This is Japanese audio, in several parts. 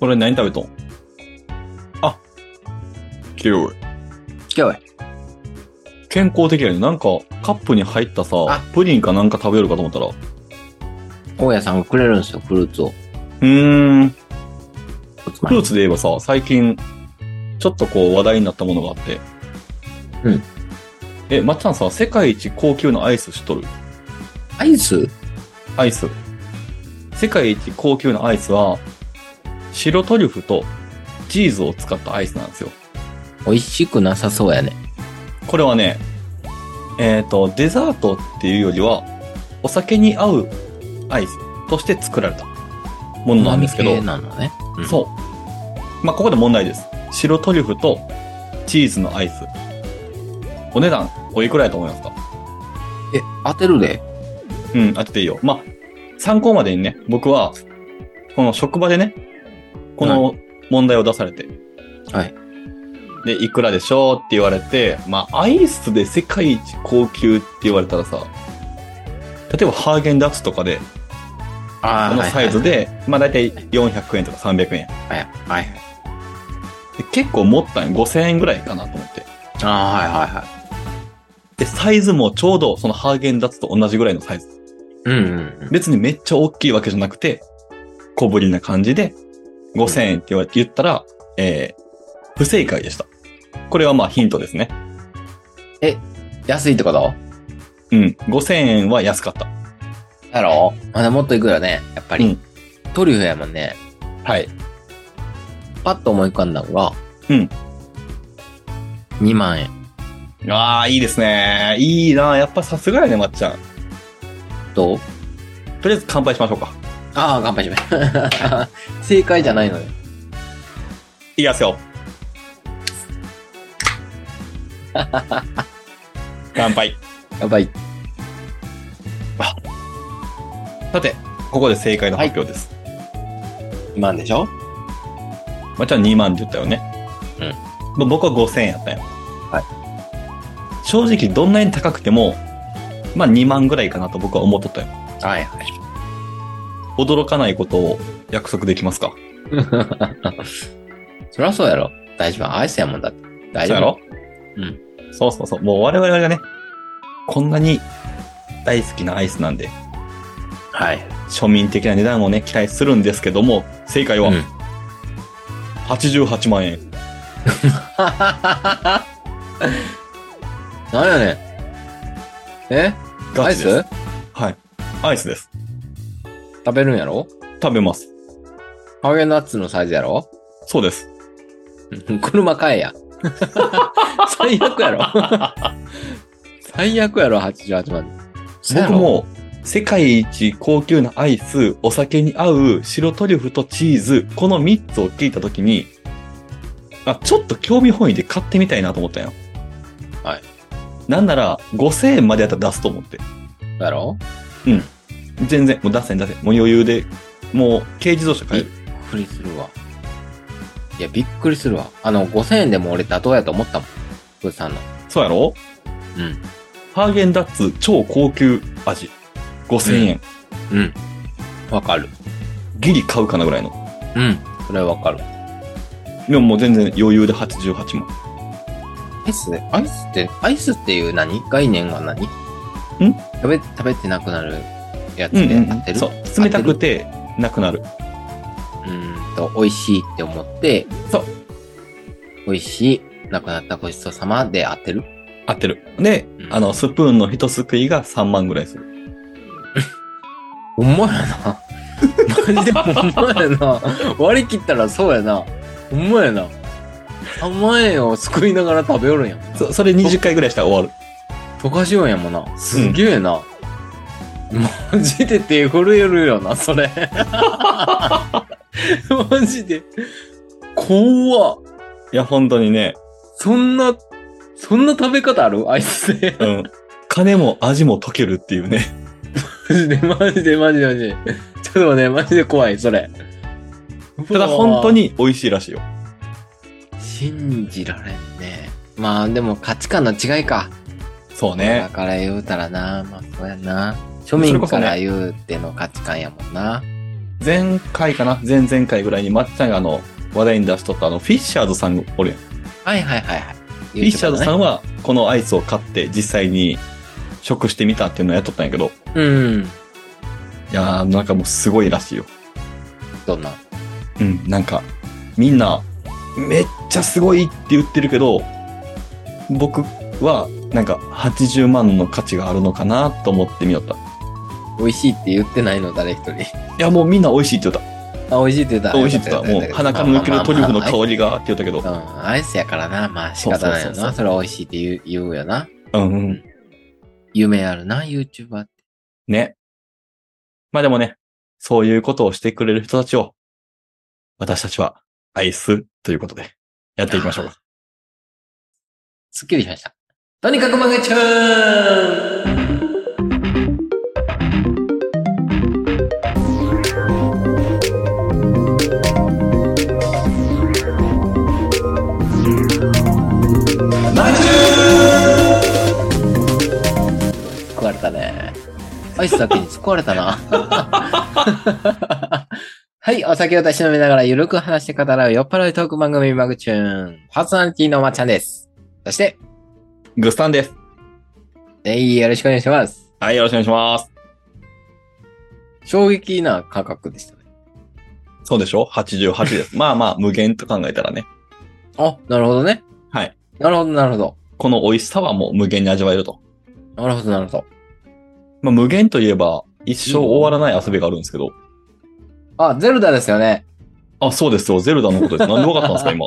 これ何食べとんあ、キウイ。キウイ。健康的やね。なんか、カップに入ったさあ、プリンかなんか食べよるかと思ったら。う大家さんがくれるんですよ、フルーツを。ーん。おつまフルー。みツで言えばさ、最近、ちょっとこう話題になったものがあって。うん。え、まっちゃんさ、世界一高級のアイス知っとるアイスアイス。世界一高級なアイスは、白トリュフとチーズを使ったアイスなんですよ。美味しくなさそうやね。これはね、えっ、と、デザートっていうよりは、お酒に合うアイスとして作られたものなんですけうまどみ系、なのね。うんそう。まあ、ここで問題です。白トリュフとチーズのアイス。お値段、おいくらやと思いますかえ、当てるで。うん、当てていいよ。まあ、参考までにね、僕は、この職場でね、この問題を出されて、はい。で、いくらでしょうって言われて、まあ、アイスで世界一高級って言われたらさ、例えばハーゲンダッツとかで、あこのサイズ。で、まあ大体400円とか300円。はいはいはい。はいはいで結構持ったんよ5000円ぐらいかなと思って。ああ、はいはいはい。で、サイズもちょうどそのハーゲンダッツと同じぐらいのサイズ。うんうん別にめっちゃ大きいわけじゃなくて、小ぶりな感じで、5000円って言わ言ったら、えー、不正解でした。これはまあヒントですね。うん。安いってことうん。5000円は安かった。やろまだもっといくよね、やっぱり。うんトリュフやもんね。はい。パッと思い浮かんだのが。うん。 2万円ああ、いいですね。いいな。やっぱさすがやね、まっちゃん。と、とりあえず乾杯しましょうか。ああ、乾杯しました。 正解じゃないのよ。いきます よ。乾杯。やばい。さて、ここで正解の発表です。 2万でしょまっちゃん2万って言ったよね。うん。僕は5000円やったよ。。はい正直、どんなに高くても、まあ2万ぐらいかなと僕は思っとったよ。はいはい。驚かないことを約束できますか そりゃそうやろ。大丈夫。アイスやもんだって。大そう丈夫。やろうん。そうそうそう。もう我々がね、こんなに大好きなアイスなんで、はい。庶民的な値段をね、期待するんですけども、正解は うん88万円。なんやねん。えアガイチですスはい。アイスです。食べるんやろ食べます。ハーゲンダッツのサイズやろ そうです。うん車買えや。 最悪やろ。 最悪やろ、88万。僕も、世界一高級なアイス、お酒に合う白トリュフとチーズ、この3つを聞いたときに、あ、ちょっと興味本位で買ってみたいなと思ったよ。はい。なんなら、5000円までやったら出すと思って。そうやろ全然、もう出せん出せん。もう余裕で、もう軽自動車買える。びっくりするわ。いや、びっくりするわ。あの、5000円でも俺妥当やと思ったもん。ブーさんの。そうやろうん。ハーゲンダッツ超高級味。5000円。うん。わかる。ギリ買うかなぐらいの。うん。それはわかる。でももう全然余裕で88万。アイスアイスって、アイスっていう何概念は何ん食べ、食べてなくなるやつうん、でう合ってん。る、そう。冷たくて、なくなる。うーんと、美味しいって思って、そう。美味しい、亡くなったごちそうさまで合ってる合ってる。で、うんあの、スプーンの一すくいが3万ぐらいする。ほんまやな。マジでほんまやな。割り切ったらそうやな。ほんまやな。3万円をすくいながら食べよるんやん。そそれ20回ぐらいしたら終わ溶かしようんやもんな。すげえな。マジで手震えるよな、そ れ。マジで。怖っ。る。いや、本当にね、そんな、そんな食べ方あるアイスで。うん。金も味も溶けるっていう ね。マジで、マジで、マジで、マジで。ちょっとね、マジで怖い、それ。ただ本当。に美味しいらしいよ。信じられんね。まあ、でも価値観の違いか。そうだね。から言うたらな、まあそうやな。庶れ民こそねから言うての価値観やもんな。前回かな前々回ぐらいにまっちゃんがあの、話題に出しとったあの、フィッシャーズさんおるやん。フはいはいはいはい。フィッシャーズさんんは、このアイスを買って実際に食してみたっていうのをやっとったんやけど、うん。いやー、なんかもうすごいらしいよ。どんなうん、なんか、みんな、めっちゃすごいって言ってるけど、僕は、なんか、80万の価値があるのかなと思ってみよった。い美味しいって言ってないの、誰一人。や、もうみんな美味しいって言っ。あ、美味しいって言ったた。美味しいって言った。もう、鼻から抜けるトリュフのり。香りがって言ったけどう。ん、アイスやからな。まあ仕方なそうそいようそうそうな。それは美味しいって言う言うよな。うんうん。夢あるな、YouTuber って。ね。まあでもね、そういうことをしてくれる人たちを、私たちは愛すということで、やっていきましょうか。すっきりしました。とにかくマグチューン救われたね。アイスだけに救われたな。 はい、お酒をたしなみながらゆるく話して語らう酔っ払いトーク番組マグチューン。パーソナリティのまっちゃんです。そして、グスタンです。えい、よろしくお願いします。はい、よろしくお願いします。衝撃な価格でしたね。そうでしょ ?88 です。まあまあ、無限と考えたらね。あ、なるほどね。はい。なるほど、なるほど。この美味しさはもう無限に味わえると。なるほど、なるほど。まあ、無限といえば、一生終わらない遊びがあるんですけど。あ、ゼルダですよね。あ、そうですよ。ゼルダのことです。なんでわかったんですか、今。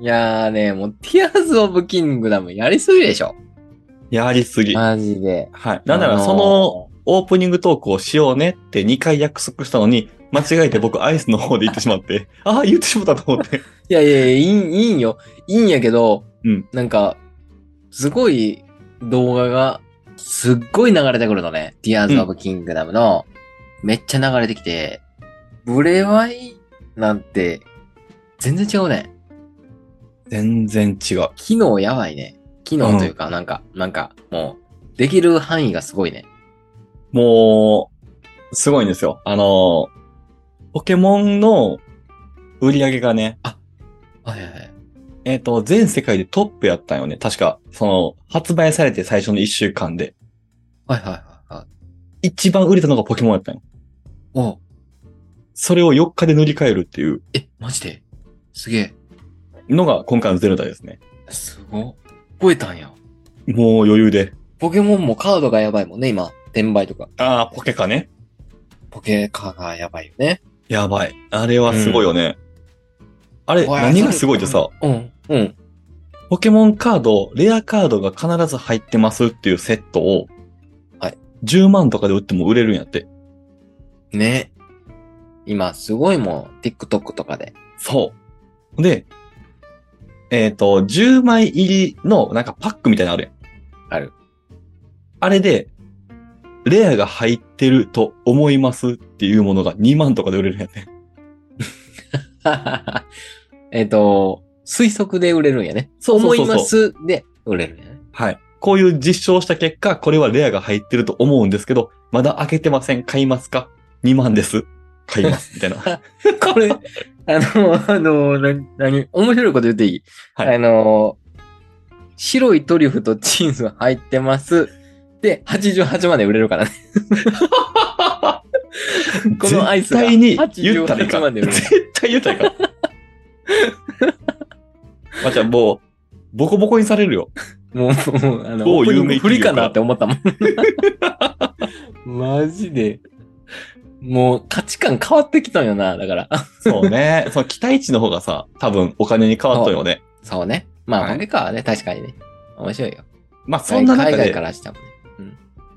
いやーね、もう、ティアーズ・オブ・キングダムやりすぎでしょ。 やりすぎ。はマジで。い。なんなら、その、オープニングトークをしようねって2回約束したのに、間違えて僕アイスの方で言ってしまって、 ああ、言ってしまったと思って。いやいやいや、いいん、いいんよ。いいんやけど、うんなんか、すごい動画が、すっごい流れてくるのね。Tears of Kingdom の、めっちゃ流れてきて、ブレワイなんて、全然違うね。全然違う。機能やばいね。機能というか、なんか、なんか、もう、できる範囲がすごいね。もう、すごいんですよ。あの、ポケモンの売り上げがね、はいはいはい。えっ、と、全世界でトップやったんよね。確か、その、発売されて最初の1週間で。はいはいはいはい。一番売れたのがポケモンやったんよ。おそれを4日で塗り替えるっていうえ、マジですげえ。のが今回のゼルダですね。すごっ。超えたんや。もう余裕で。ポケモンもカードがやばいもんね、今。転売とか。ああ、ポケかね。ポケカがやばいよね。やばい。あれはすごいよね。あれ、おい何がすごいってさ、、うん、うん。ポケモンカード、レアカードが必ず入ってますっていうセットを、はい。 10万とかで売っても売れるんやって。ね。今、すごいもん。TikTok とかで。そう。で、えっ、と、10枚入りのなんかパックみたいなのあるやん。ある。あれで、レアが入ってると思いますっていうものが2万とかで売れるんやね。 えっと、推測で売れるんやね。そうそうそう思いますで売れるんやね。はい。こういう実証をした結果、これはレアが入ってると思うんですけど、まだ開けてません。買いますか ?2 万です。買います。みたいな。 これ、あの、あの、な、なに、面白いこと言っていい、はいあの、白いトリュフとチーズ入ってます。で、88まで売れるからね。 このアイスが絶対に言ったらい88かまん。で売れる絶対言ったらい かん。まあじゃあもう、ボコボコにされるよ。もう、もう、あの、某オープニング有名企業不利かなって思ったもん。 マジで。もう、価値観変わってきたんよな、だから。そうね。その期待値の方がさ、多分お金に変わったよね。そうね。まあ、はいポケカはね、確かにね。面白いよ。まあそんな中海外かで、らしたもんね。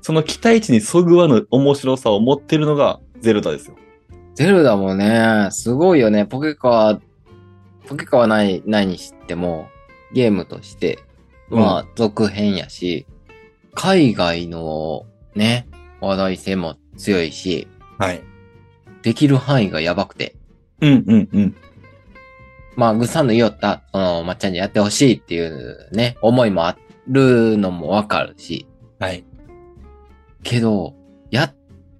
その期待値にそぐわぬ面白さを持ってるのがゼルダですよ。ゼルダもね、すごいよね。ポケカは、ポケカはない、ないにしても、ゲームとして、まあ、続編やし、海外の、ね、話題性も強いし、はい。できる範囲がやばくて。うんうんうん。まあ、ぐっさんの言おった、その、まっちゃんにやってほしいっていうね、思いもあるのもわかるし、はい。けど、や、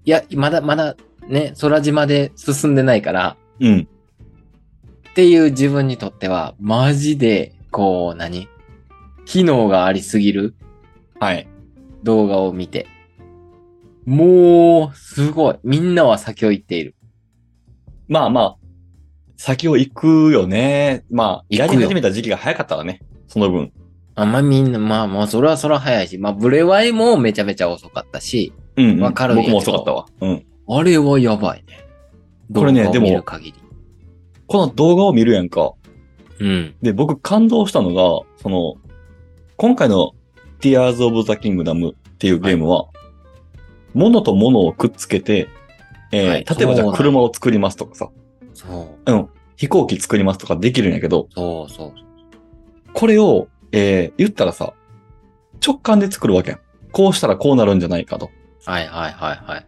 いや、まだ、まだ、ね、空島で進んでないから、うん。っていう自分にとっては、マジで、こう、何機能がありすぎるはい。動画を見て。もう、すごい。みんなは先を行っている。まあまあ、先を行くよね。まあ、やり始めた時期が早かったらね。その分。あんまみんな、まあもうそれはそれは早いし、まあブレワイもめちゃめちゃ遅かったし、うん、うん。わかるんや僕けども遅かったわ。うん。あれはやばいね。これね動画をでも見る限り。この動画を見るやんか。うん。で、僕感動したのが、その、今回の Tears of the Kingdom っていうゲームは、物と物をくっつけて、えーは例えいばじそうゃなあんや車を作りますとかさ、そう。うん、飛行機作りますとかできるんやけど、そうそう。これを、えー言ったらさ、直感で作るわけやん。こうしたらこうなるんじゃないかと。はいはいはいはい。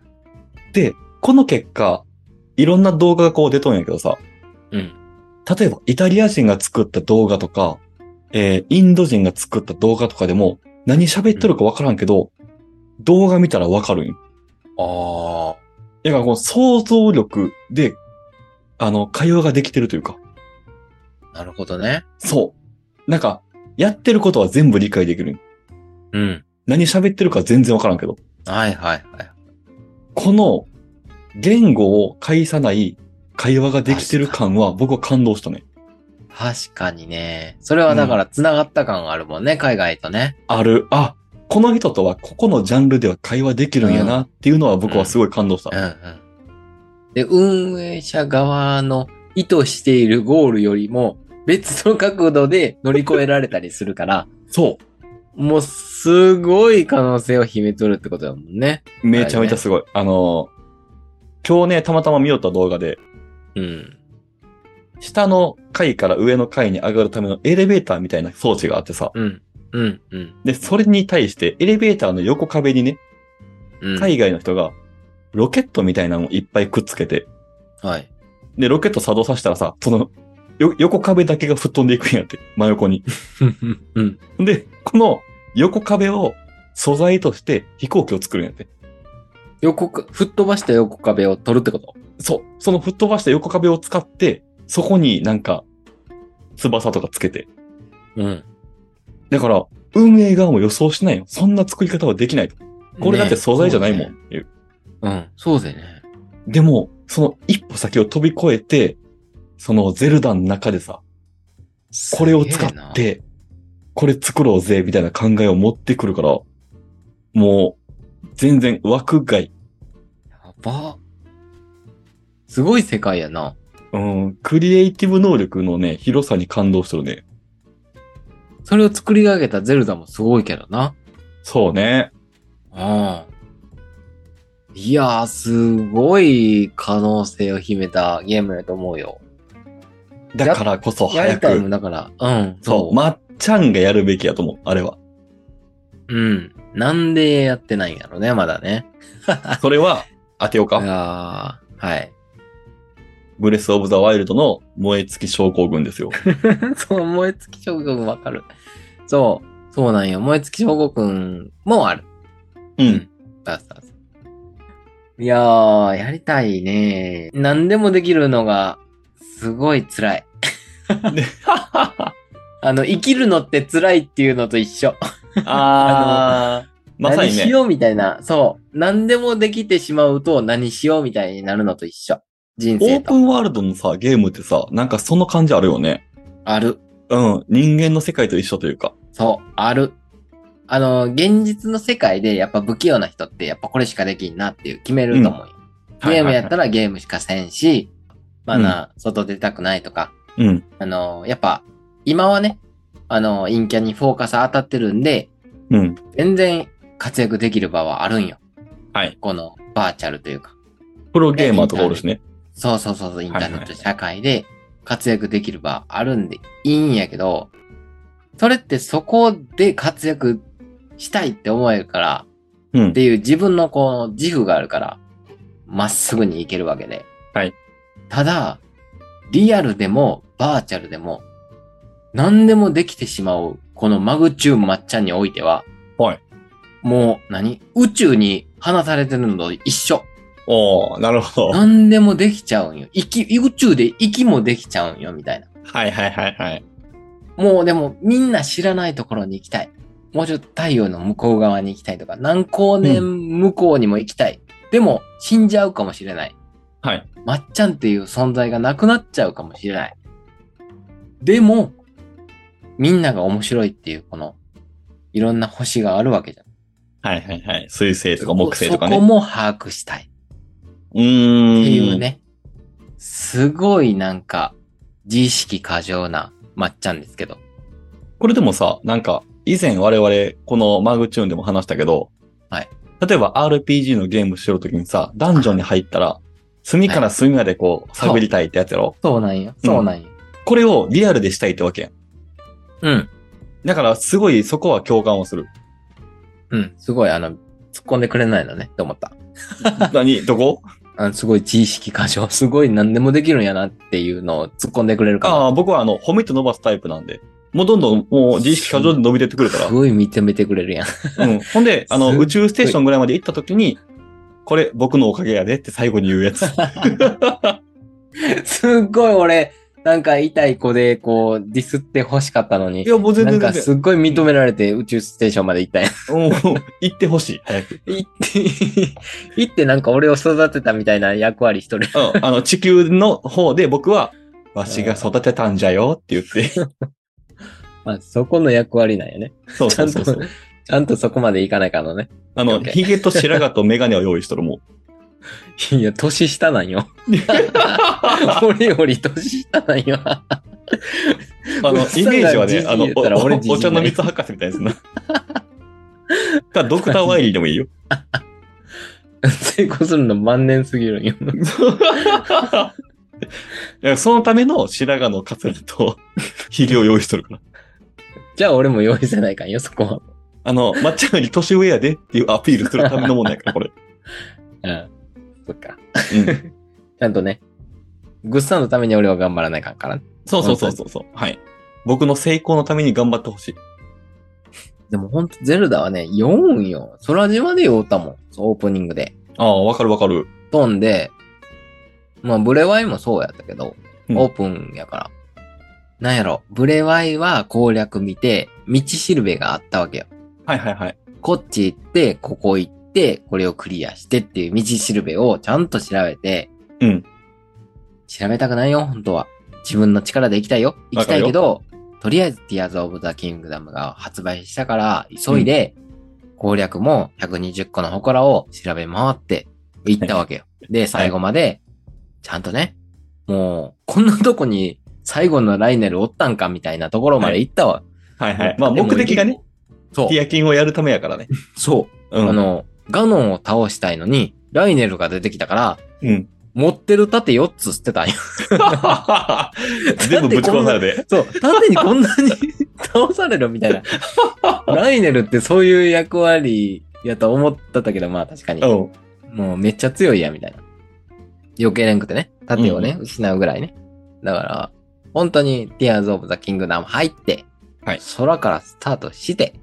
で、この結果、いろんな動画がこう出とんやけどさ、うん。例えばイタリア人が作った動画とか、えーインド人が作った動画とかでも、何喋っとるかわからんけど、動画見たらわかるんよ。ああ。だからこの想像力で、あの、会話ができてるというか、なるほどね。そう。なんか、やってることは全部理解できるんよ。うん。何喋ってるか全然わからんけど、はいはいはい。この言語を介さない会話ができてる感は僕は感動したね。確かにね。それはだから繋がった感があるもんね、海外とね。ある、あ、この人とはここのジャンルでは会話できるんやなっていうのは僕はすごい感動した。うんうん。で、運営者側の意図しているゴールよりも、別の角度で乗り越えられたりするから、 そもうすごい可能性を秘めとるってことだもんね。う。めちゃめちゃすごい。あのー今日ね、たまたま見よった動画で、うん。下の階から上の階に上がるためのエレベーターみたいな装置があってさ。うん。うん。うん。で、それに対して、エレベーターの横壁にね、うん。海外の人が、ロケットみたいなのをいっぱいくっつけて、 はい。で、ロケット作動させたらさ、その、よ横壁だけが吹っ飛んでいくんやって、真横 に。うん。で、この横壁を素材として飛行機を作るんやって。横か、吹っ飛ばした横壁を取るってことそう。その吹っ飛ばした横壁を使って、そこになんか、翼とかつけて。うん。だから、運営側も予想してないよ。そんな作り方はできないと。これだって素材じゃないもん。ねいううん。そうだよね。でも、その一歩先を飛び越えて、そのゼルダの中でさ、これを使っすげえて、これ作ろうぜ、みたいな考えを持ってくるから、もう、全然枠外。な。やば。すごい世界やな。うん、クリエイティブ能力のね、広さに感動してるね。それを作り上げたゼルダもすごいけどな。そうね。うん。いやー、すごい可能性を秘めたゲームやと思うよ。だからこそや早りたいもく。んだから。うん。そう、まっちゃんがやるべきやと思う、あれは。うん。なんでやってないんやろね、まだね。それは、当てよういか。やー、はい。ブレスオブザワイルドの燃え尽き症候群ですよ。 そう、燃え尽き症候群わかる。そう、そうなんよ。燃え尽き症候群もある。うん。バースターズ。いやー、やりたいね。何でもできるのが、すごい辛い。で あの、生きるのって辛いっていうのと一緒。あー、まさに何しね。ようみたいな。そう。何でもできてしまうと何しようみたいになるのと一緒。人オー生プと。ンワールドのさ、ゲームってさ、なんかその感じあるよね。ある。うん。人間の世界と一緒というか。そう。ある。あの、現実の世界でやっぱ不器用な人ってやっぱこれしかできんなっていう決めると思うよ。ゲームやったら。らゲームしかせんし、まあな、外出たくないとか、うん。あの、やっぱ、今はね、あの、陰キャにフォーカス当たってるんで、うん。全然活躍できる場はあるんよ。はい。このバーチャルというか。プロゲーマーとかおるしね。そうそうそうそう、インターネッはいはトい社会で活躍できる場あるんでいいんやけど、それってそこで活躍したいって思えるから、うんっ。ていう自分のこう自負があるから、まっすぐにいけるわけで。はい。ただ、リアルでもバーチャルでも、何でもできてしまう、このマグチューンまっちゃんにおいては、はい。もう何、宇宙に放たれてるのと一緒。おー、なるほど。何でもできちゃうんよ。息、宇宙で息もできちゃうんよ、みたいな。はいはいはいはい。もうでもみんな知らないところに行きたい。もうちょっと太陽の向こう側に行きたいとか、何光年向こうにも行きたい。でも死んじゃうかもしれない。はい。まっちゃんっていう存在がなくなっちゃうかもしれない。でも、みんなが面白いっていう、この、いろんな星があるわけじゃん。はいはいはい。水星とか木星とかそこね。も把握したい。うーん。っていう。ね、すごいなんか、自意識過剰なまっちゃんですけど。これでもさ、なんか、以前我々、このマグチューンでも話したけど、はい。例えば RPG のゲームしてるときにさ、ダンジョンに入ったら、隅から隅までこう、そう探りたいってやつやろそうなんよ。そうなんよ。これをリアルでしたいってわけやん。うん。だから、すごいそこは共感をす る。うん。すごい、あの、突っ込んでくれないのね、と思った。何どこあのすごい自意識過剰。 すごい何でもできるんやなっていうのを突っ込んでくれるかあら。あ、僕はあの、褒めて伸ばすタイプなんで。もうどんどん、もう自意識過剰で伸びてってくれたすら。ごい認めてくれる やん。うん。ほんで、あすっの、ごい宇宙ステーションぐらいまで行った時に、これ僕のおかげやでって最後に言うやつ。すっごい俺、なんか痛い子で、こう、ディスって欲しかったのにい。や、もう全なん然か全す然。っごい認められて宇宙ステーションまで行ったやん。うん行ってほしい、早く。行って、 行ってなんか俺を育てたみたいな役割しとるうん。あの、地球の方で僕は、わしが育てたんじゃよって言って。まあ、そこの役割なんやね。そうそうそうそう。ちゃんとそこまでいかないからね。あの、 OK ヒゲと白髪とメガネを用意しとるもん。いや、年下なんよ。俺より年下なんよ。あの、うっさイいなメージはね、あのじじい言っ、おたら俺おお茶の水博士みたいですな。か、ドクターワイリーでもいい よ。成功するの万年すぎるんよ。いやそのための白髪のカツラと、ヒゲを用意しとるから。じゃあ俺も用意せないかんよ、そこは。あの、まっちゃんより年上やでっていうアピールするためのもんなんやから、こ れ。うん。そっか。うん。ちゃんとね。グッサンのために俺は頑張らないかんからね。そうそうそうそうそう。はい。僕の成功のために頑張ってほしい。でもほんと、ゼルダはね、酔うんよ。空島で酔うたもん。そうオープニングで。ああ、わかるわかる。飛んで、まあ、ブレワイもそうやったけど、うんオープンやから。なんやろ、ブレワイは攻略見て、道しるべがあったわけよ。はいはいはい。こっち行って、ここ行って、これをクリアしてっていう道しるべをちゃんと調べて、うん。調べたくないよ、本当は。自分の力で行きたいよ。行きたいけど、とりあえずティアーズ・オブ・ザ・キングダムが発売したから、急いで、攻略も120個の祠を調べ回って行ったわけよ。 で、最後まで、ちゃんとね、もう、こんなとこに最後のライネルおったんかみたいなところまで行ったわ。はいはい。まあでも目的がね、そうティ。アキンをやるためやからね。そうう。あん。の、ガノンを倒したいのに、ライネルが出てきたから、うん。持ってる盾4つ捨てたんよ。全部ぶち壊されて。そう、縦にこんなに 倒されるみた いな。ライネルってそういう役割やと思ったったけど、まあ確かにう。ん。もうめっちゃ強いや、みたいな。避けれんくてね。盾をね、失うぐらいね。だから、本当にティアーズ・オブ・ザ・キングダム入って、はい空からスタートして、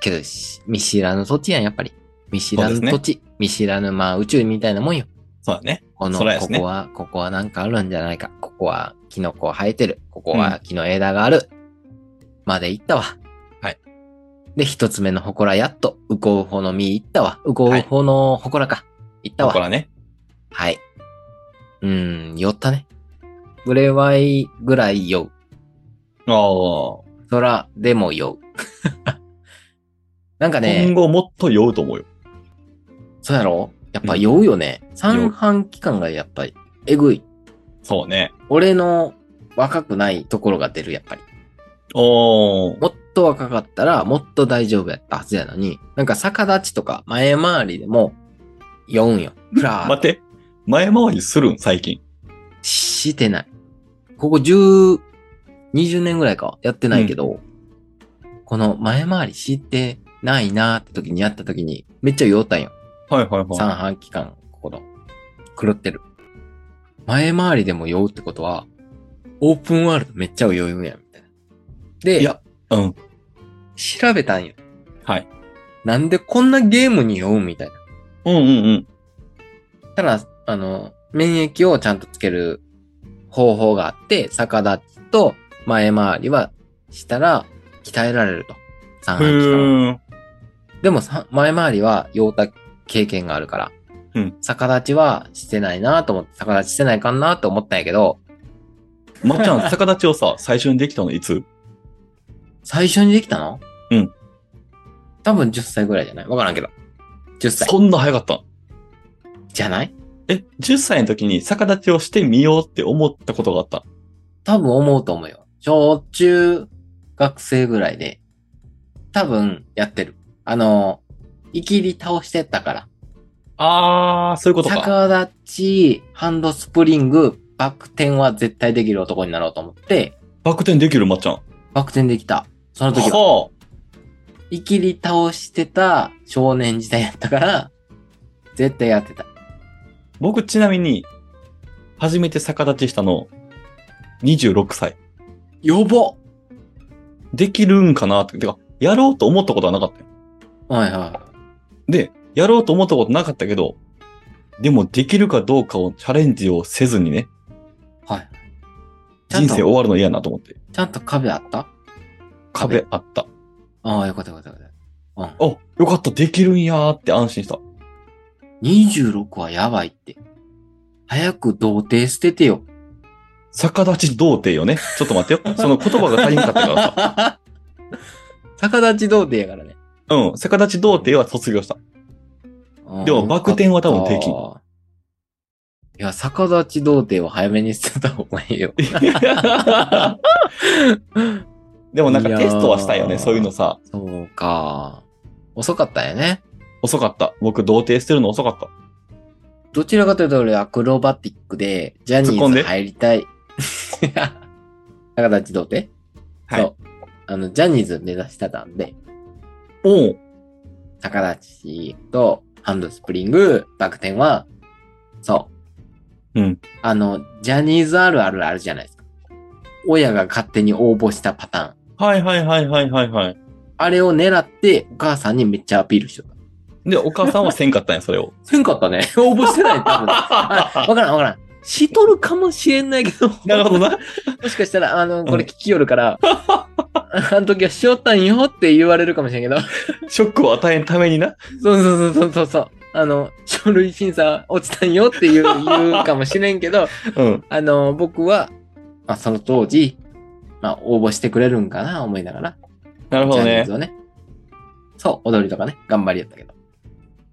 けどし、見知らぬ土地やん、やっぱり。見知らそぬうですね土地、見知らぬ、まあ宇宙みたいなもんよ。そうだね。この、空でこすねこは、ここはなんかあるんじゃないか。ここはキノコ生えてる。ここは木の枝がある。まで行ったわ。はい。で、一つ目の祠やっと、ウコウホの実行ったわ。ウコウホの祠か。行っただわか。らね。はい。うーん、酔ったね。ブレワイぐらい酔う。ああ。空でも酔う。 なんか今ね、後もっと酔うと思うよ。そうやろやっぱ酔うよね。三半期間がやっぱり、えぐい。そうね。俺の若くないところが出る、やっぱり。おー。もっと若かったら、もっと大丈夫やったはずやのに、なんか逆立ちとか前回りでも、酔うんよ。ふらー待っっとて。前回りするん最近。してない。ここ10、20年ぐらいか、やってないけど、この前回りしてないなーって時にやった時に、めっちゃ酔ったんよ。はいはいはい。三半期間、ここの、狂ってる。前回りでも酔うってことは、オープンワールドめっちゃ酔うんや、みたいな。で、いやうん。調べたんよ。はい。なんでこんなゲームに酔うみたいな。うんうんうん。ただ、あの、免疫をちゃんとつける方法があって、逆立ちと前回りはしたら鍛えられると。三ふ半規管ーん。でもさ前回りは用た経験があるから、うん逆立ちはしてないなと思って、逆立ちしてないかなと思ったんやけど、まっち ゃん、逆立ちをさ、最初にできたのいつ最初にできたのうん。多分10歳ぐらいじゃないわからんけど。10歳そんな早かったんじゃないえ、10歳の時に逆立ちをしてみようって思ったことがあった。多分思うと思うよ。小中学生ぐらいで、多分やってる。あの、いきり倒してったから。あー、そういうことか。逆立ち、ハンドスプリング、バック転は絶対できる男になろうと思って、バク転できるまっちゃん。バック転できた。その時は。はあ。いきり倒してた少年時代やったから、絶対やってた。僕ちなみに、初めて逆立ちしたの、26歳。よぼできるんかなって。てか、やろうと思ったことはなかったよ。はいはで、やろうと思ったことなかったけど、でもできるかどうかをチャレンジをせずにね、い。はい。ちゃん人と、生終わるの嫌やなと思って。ちゃんと壁あった壁あった。ああ、よかったよかったよかった。うん。あ、よかった、できるんやーって安心した。 26はやばいって。早く童貞捨てて よ。逆立ち童貞よね。ちょっと待 ってよ。その言葉が足りんかったからさ。逆立ち童貞やからね。うん、逆立ち童貞は卒業した。 でもバク転は多分できんん。いや、逆立ち童貞は早めに捨てた方がいいよ。 でもなんかいやーテストはしたよね、そういうのさ。そうか。遅かったよね。遅かった。僕、童貞してるの遅かった。どちらかというと俺アクロバティックで、ジャニ突っ込んーでズ入りたい。 逆立ち童貞はいそう。あの、ジャニーズ目指してたんで、おう逆立ちとハンドスプリング、バク転は、そう。うん。あの、ジャニーズあるあるあるじゃないですか。親が勝手に応募したパターン。はいはいはいはいはいはい。あれを狙ってお母さんにめっちゃアピールしとった。で、お母さんはせんかったんや、それを。せんかったね。応募してない、多分。あ わからんわからん。しとるかもしれん ないけど。なるほどな。 もしかしたら、あの、これ聞きよる から、あの時はしよったんよって言われるかもしれんけど。ショックを与えんためにな。そうそうそうそうそうそう。あの、書類審査落ちたんよっていう言うかもしれんけ ど、うん。あの、僕は、まあ、その当時、まあ、応募してくれるんかな、思いながら。なるほどジャニーねズ。をね。そう、踊りとかね、頑張りやったけど。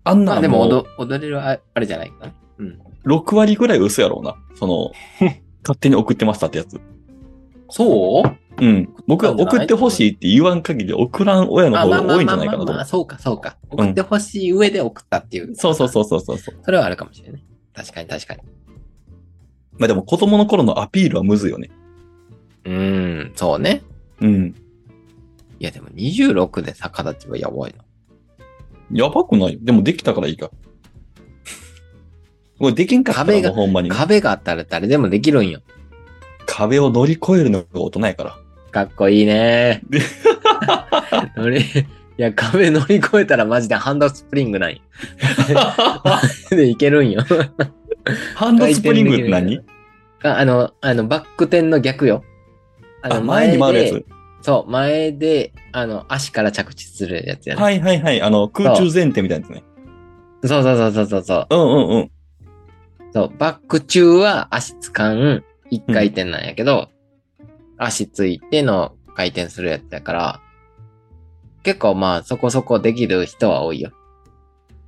あんまなあ、んでももう踊、踊れるああれじゃないかな。うん。 6割ぐらい嘘やろうな。そ の、勝手に送ってましたってやつ。そううん。僕は送ってほしいって言わん限り送らん親のあ方まあがまあ多いんじまゃあないかまなあとま思あ、う。そうか、そうか。送ってほしい上で送ったっていう。そうそうそうそうそうそう。それはあるかもしれない。確かに確かに。まあでも子供の頃のアピールはむずいよね。うーん、そうね。うん。いや、でも26で逆立ちはやばいな。やばくないよ。でもできたからい いか。これできんかったら壁もうがほんまにね。壁があったら誰でもできるんよ。壁を乗り越えるのが大人やから。かっこい いね。乗り、いや、壁乗り越えたらマジでハンドスプリングない。で、いけるんよ。ハンドスプリングって回転で何きああの、あの、バック転の逆よ。ああ、前に回るやでつ。そう、前で、あの、足から着地するやつやね。はいはいはい。あの、空中前転みたいなやつね。そうそうそうそうそうそう。うんうんうん。そう、バック中は足つかん一回転なんやけど、足ついての回転するやつだから、結構まあそこそこできる人は多いよ。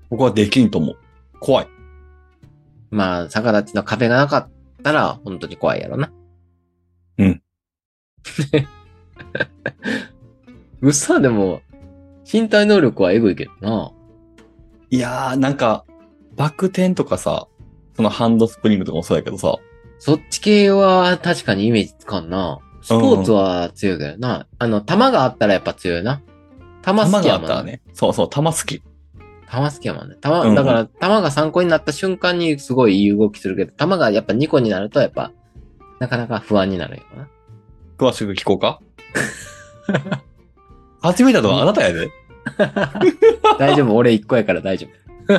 僕はできんと思う。怖い。まあ逆立ちの壁がなかったら本当に怖いやろな。 うん。嘘でも、身体能力はエグいけどな。いやー、なんか、バク転とかさ、そのハンドスプリングとかもそうやけどさ、そっち系は確かにイメージつかんな。スポーツは強いけどな。あの、弾があったらやっぱ強いな。弾球好きがやあっもんたらね。そうそう、球好き。玉好きやもんね。玉、うんうんだから玉が参考になった瞬間にすごいいい動きするけど、玉がやっぱ2個になるとやっぱ、なかなか不安になるよ な。詳しく聞こうか 始めたのはあなたやで。大丈夫、俺1個やから大丈夫。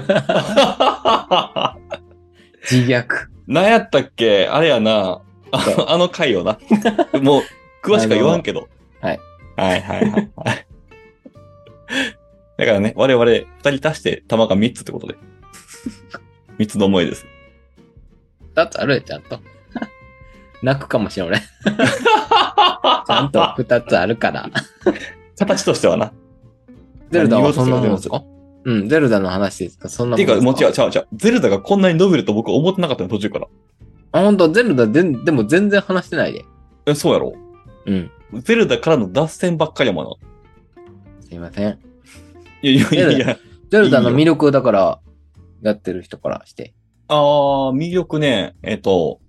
自虐。何やったっけあれやな。あの、あの回よな。 もう、詳しくは言わんけど。はい。はいはいはいはい。だからね、我々二人足して玉が三つってことで。三つの思いです。だってあるよ、ちゃんと。 泣くかもしれ ん、俺。ちゃんと二つあるから。形としてはな。ゼルダは何事そんなもんですゼかうん、ゼルダの話ですかそんなってもいんうか、もうです違かう違う違う。ゼルダがこんなに伸びると僕は思ってなかったの途中から。あ、ほんと、ゼルダで、でも全然話してないで。え、そうやろうん。ゼルダからの脱線ばっかりやもんな。すいません。いやいやいやいや。ゼルダの魅力をだから、やってる人からして。あー、魅力ね。えっと、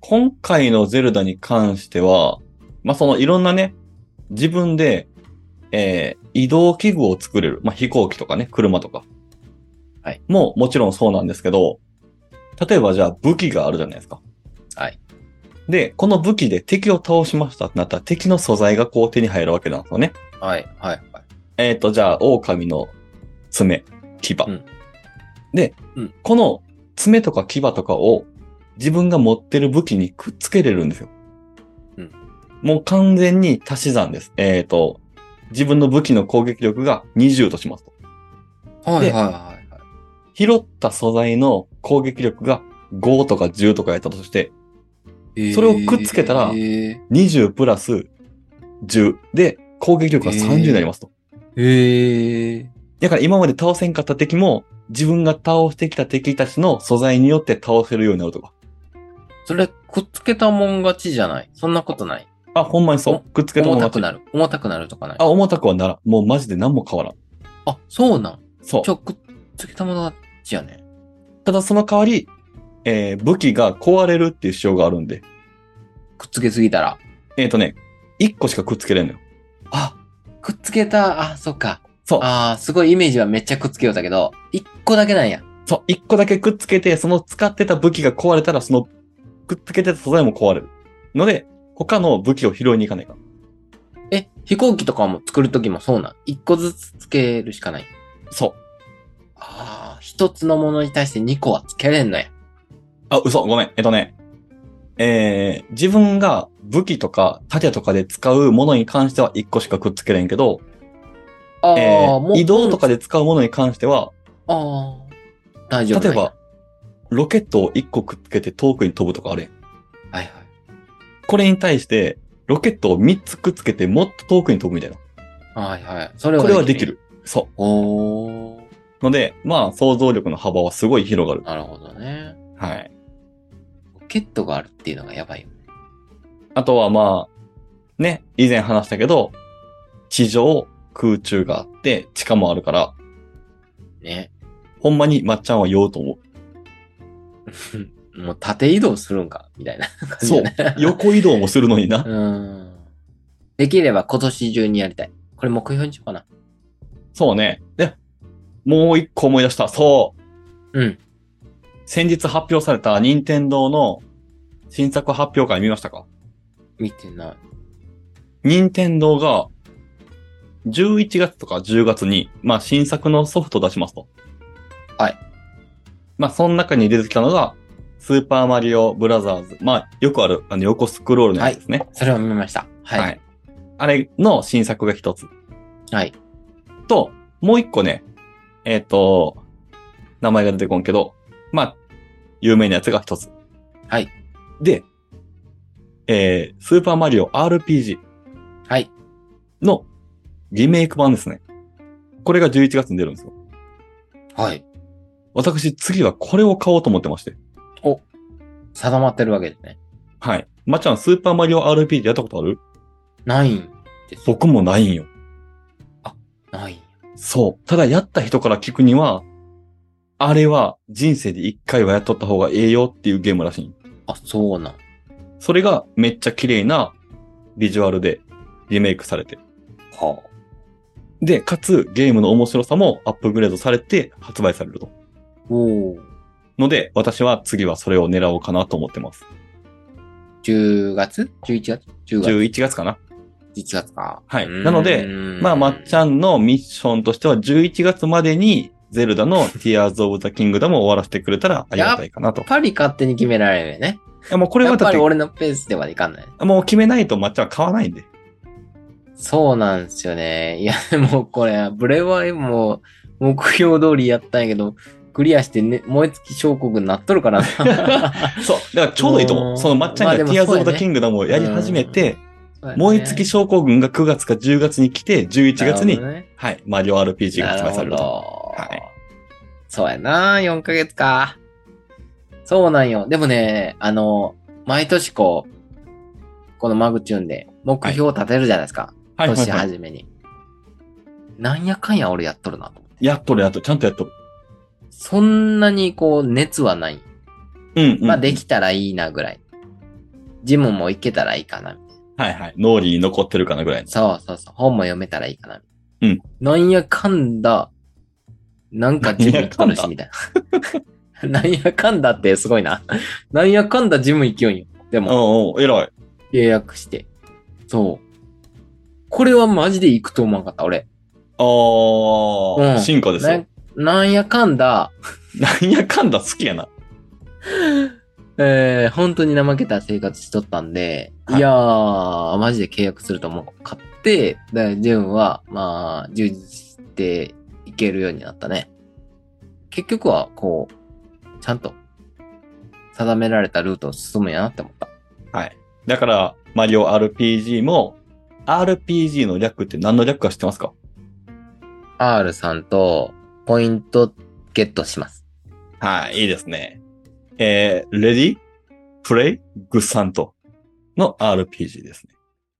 今回のゼルダに関しては、まあ、そのいろんなね、自分で、えー移動器具を作れる。まあ、飛行機とかね、車とか。はい。も、もちろんそうなんですけど、例えばじゃあ武器があるじゃないですか。はい。で、この武器で敵を倒しましたってなったら敵の素材がこう手に入るわけなんですよね。はい、はい、はい。えっ、と、じゃあ、狼の爪、牙。うんで、うんこの爪とか牙とかを自分が持ってる武器にくっつけれるんですよ。うんもう完全に足し算です。えっ、と、自分の武器の攻撃力が20としますと。はい、ではい、はいはい。拾った素材の攻撃力が5とか10とかやったとして、それをくっつけたらえー20プラス10で攻撃力が30になりますと。えーだから今まで倒せんかった敵も、自分が倒してきた敵たちの素材によって倒せるようになるとか。それ、くっつけたもん勝ちじゃない。そんなことない。あ、ほんまにそうお。くっつけたも重のた勝ちくなる。重たくなるとかない。あ、重たくはならん。もうマジで何も変わらん。あ、そうなん。そうち。ょ、くっつけたもの勝ちやね。ただその代わり、えー武器が壊れるっていう主張があるんで。くっつけすぎたら。えっ、とね、1個しかくっつけれんのよ。あ、くっつけた、あ、そっか。そう。あーすごいイメージはめっちゃくっつけようだけど、一個だけなんや。そう。1個だけくっつけて、その使ってた武器が壊れたら、そのくっつけてた素材も壊れる。ので、他の武器を拾いに行かないかん。え、飛行機とかも作るときもそうなん。一個ずつつけるしかない。そう。ああ、一つのものに対して二個はつけれんのや。あ、嘘、ごめん。えっとね。えー、自分が武器とか盾とかで使うものに関しては1個しかくっつけれんけど、ああ、えーもう。移動とかで。で使うものに関しては、ああ、大丈夫例えなんや。ば、ロケットを1個くっつけて遠くに飛ぶとかあれ。はいはい。これに対して、ロケットを3つくっつけてもっと遠くに飛ぶみたいな。はいはい。それはこれはでき。る。そおー、う。ので、まあ、想像力の幅はすごい広がる。なるほどね。はい。ロケットがあるっていうのがやばいよね。あとはまあ、ね、以前話したけど、地上、空中があって、地下もあるから、ね。ほんまにまっちゃんは言おうと思もう縦移動するんかみたいな感う。じそうだね。。 横移動もするのにな。うーん。できれば今年中にやりたい。これ目標にしようかな。そうね。で、もう一個思い出した。そう。うん。先日発表された任天堂の新作発表会見ましたか見てない。任天堂が11月とか10月に、まあ新作のソフトを出しますと。はい。まあその中に出てきたのが、スーパーマリオブラザーズ。まあよくある、あの横スクロールのやつですね。それは見ました。はい。はい。あれの新作が一つ。はい。と、もう一個ね、えっ、と、名前が出てこんけど、まあ、有名なやつが一つ。はい。で、えー、スーパーマリオ RPG のリメイク版ですね。これが11月に出るんですよ。はい。私、次はこれを買おうと思ってまして。定まってるわけですね。はい。まっちゃん、スーパーマリオ RPG やったことあるないんです。僕もないんよ。ないんや。そう。ただ、やった人から聞くには、あれは人生で一回はやっとった方がええよっていうゲームらしいんよあ、そうなん。それがめっちゃ綺麗なビジュアルでリメイクされて。はあ。で、かつゲームの面白さもアップグレードされて発売されると。おー。ので、私は次はそれを狙おうかなと思ってます。 10月 ?11 月 ?10 11月かな月 ?11 月か。はいうーんなので、まあ、まっちゃんのミッションとしては11月までにゼルダの Tears of the Kingdom を終わらせてくれたらありがたいかなと。いパリ勝手に決められるよね。やもうこれやはっだっぱりて、俺のペースではいかんない。もう決めないと抹茶は買わないんで。そうなんですよね。いや、 でもこれ、ブレワイも目標通りやったんやけど、クリアして、ね、燃え尽き小国になっとるからな。そう。だからちょうどいいと思うう。んその抹茶まあがでも Tears そう of や the ね Kingdom をやり始めて、燃 燃え尽き症候群が9月か10月に来て、11月に、はい、マリオ RPG が発売されると。なるほど。はいそうやな、4ヶ月か。そうなんよ。でもね、あの、毎年こう、このマグチューンで目標を立てるじゃないですか。はい、はい、年はい。初めに、なんやかんや俺やっとるなと思って。やっとるやっとる、ちゃんとやっとる。そんなにこう、熱はない。うん、うん。まあ、できたらいいなぐらい。ジムも行けたらいいかな。はいはい。脳裏に残ってるかなぐらいの。そうそうそう。本も読めたらいいかな。うん。なんやかんだ、なんかジム行っとるし、みたいな。なんやかんだってすごいな。なんやかんだジム行きよんよ。でも、おうおう、偉い。契約して。そう。これはマジで行くと思わんかった、俺。あー、うん進化ですなよ。なんやかんだ、なんやかんだ好きやな。えー、本当に怠けた生活しとったんで、はいい、やー、マジで契約すると思う。買って、で、ジムは、まあ、充実していけるようになったね。結局は、こう、ちゃんと、定められたルートを進むんやなって思った。はい。だから、マリオ RPG も、RPG の略って何の略か知ってますか R さんと、ポイントゲットします。はい、いいですね。えー、レディ、プレイ、グッサントの RPG ですね。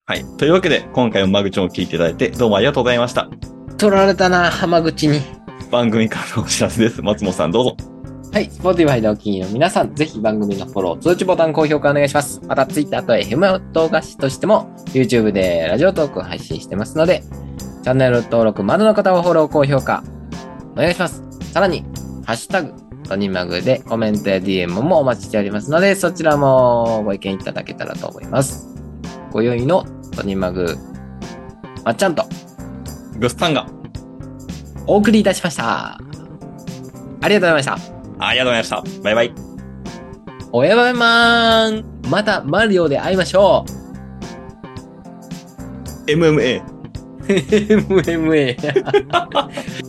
はい。というわけで、今回もマグチョンを聞いていただいて、どうもありがとうございました。取られたな、浜口に。番組からのお知らせです。松本さんどうぞ。はい、Spotify でお気に入りの皆さん、ぜひ番組のフォロー、通知ボタン、高評価お願いします。また Twitter と FM 動画誌としても、YouTube でラジオトーク配信してますので、チャンネル登録まだの方はフォロー、高評価お願いします。さらに、ハッシュタグ、トニマグでコメントや DM もお待ちしておりますので、そちらもご意見いただけたらと思います。ご用意のトニマグ、まっちゃんとグッサンが、お送りいたしました。ありがとうございました。ありがとうございました。バイバイ。おやばいまーんまたマリオで会いましょ MMA。う !MMA!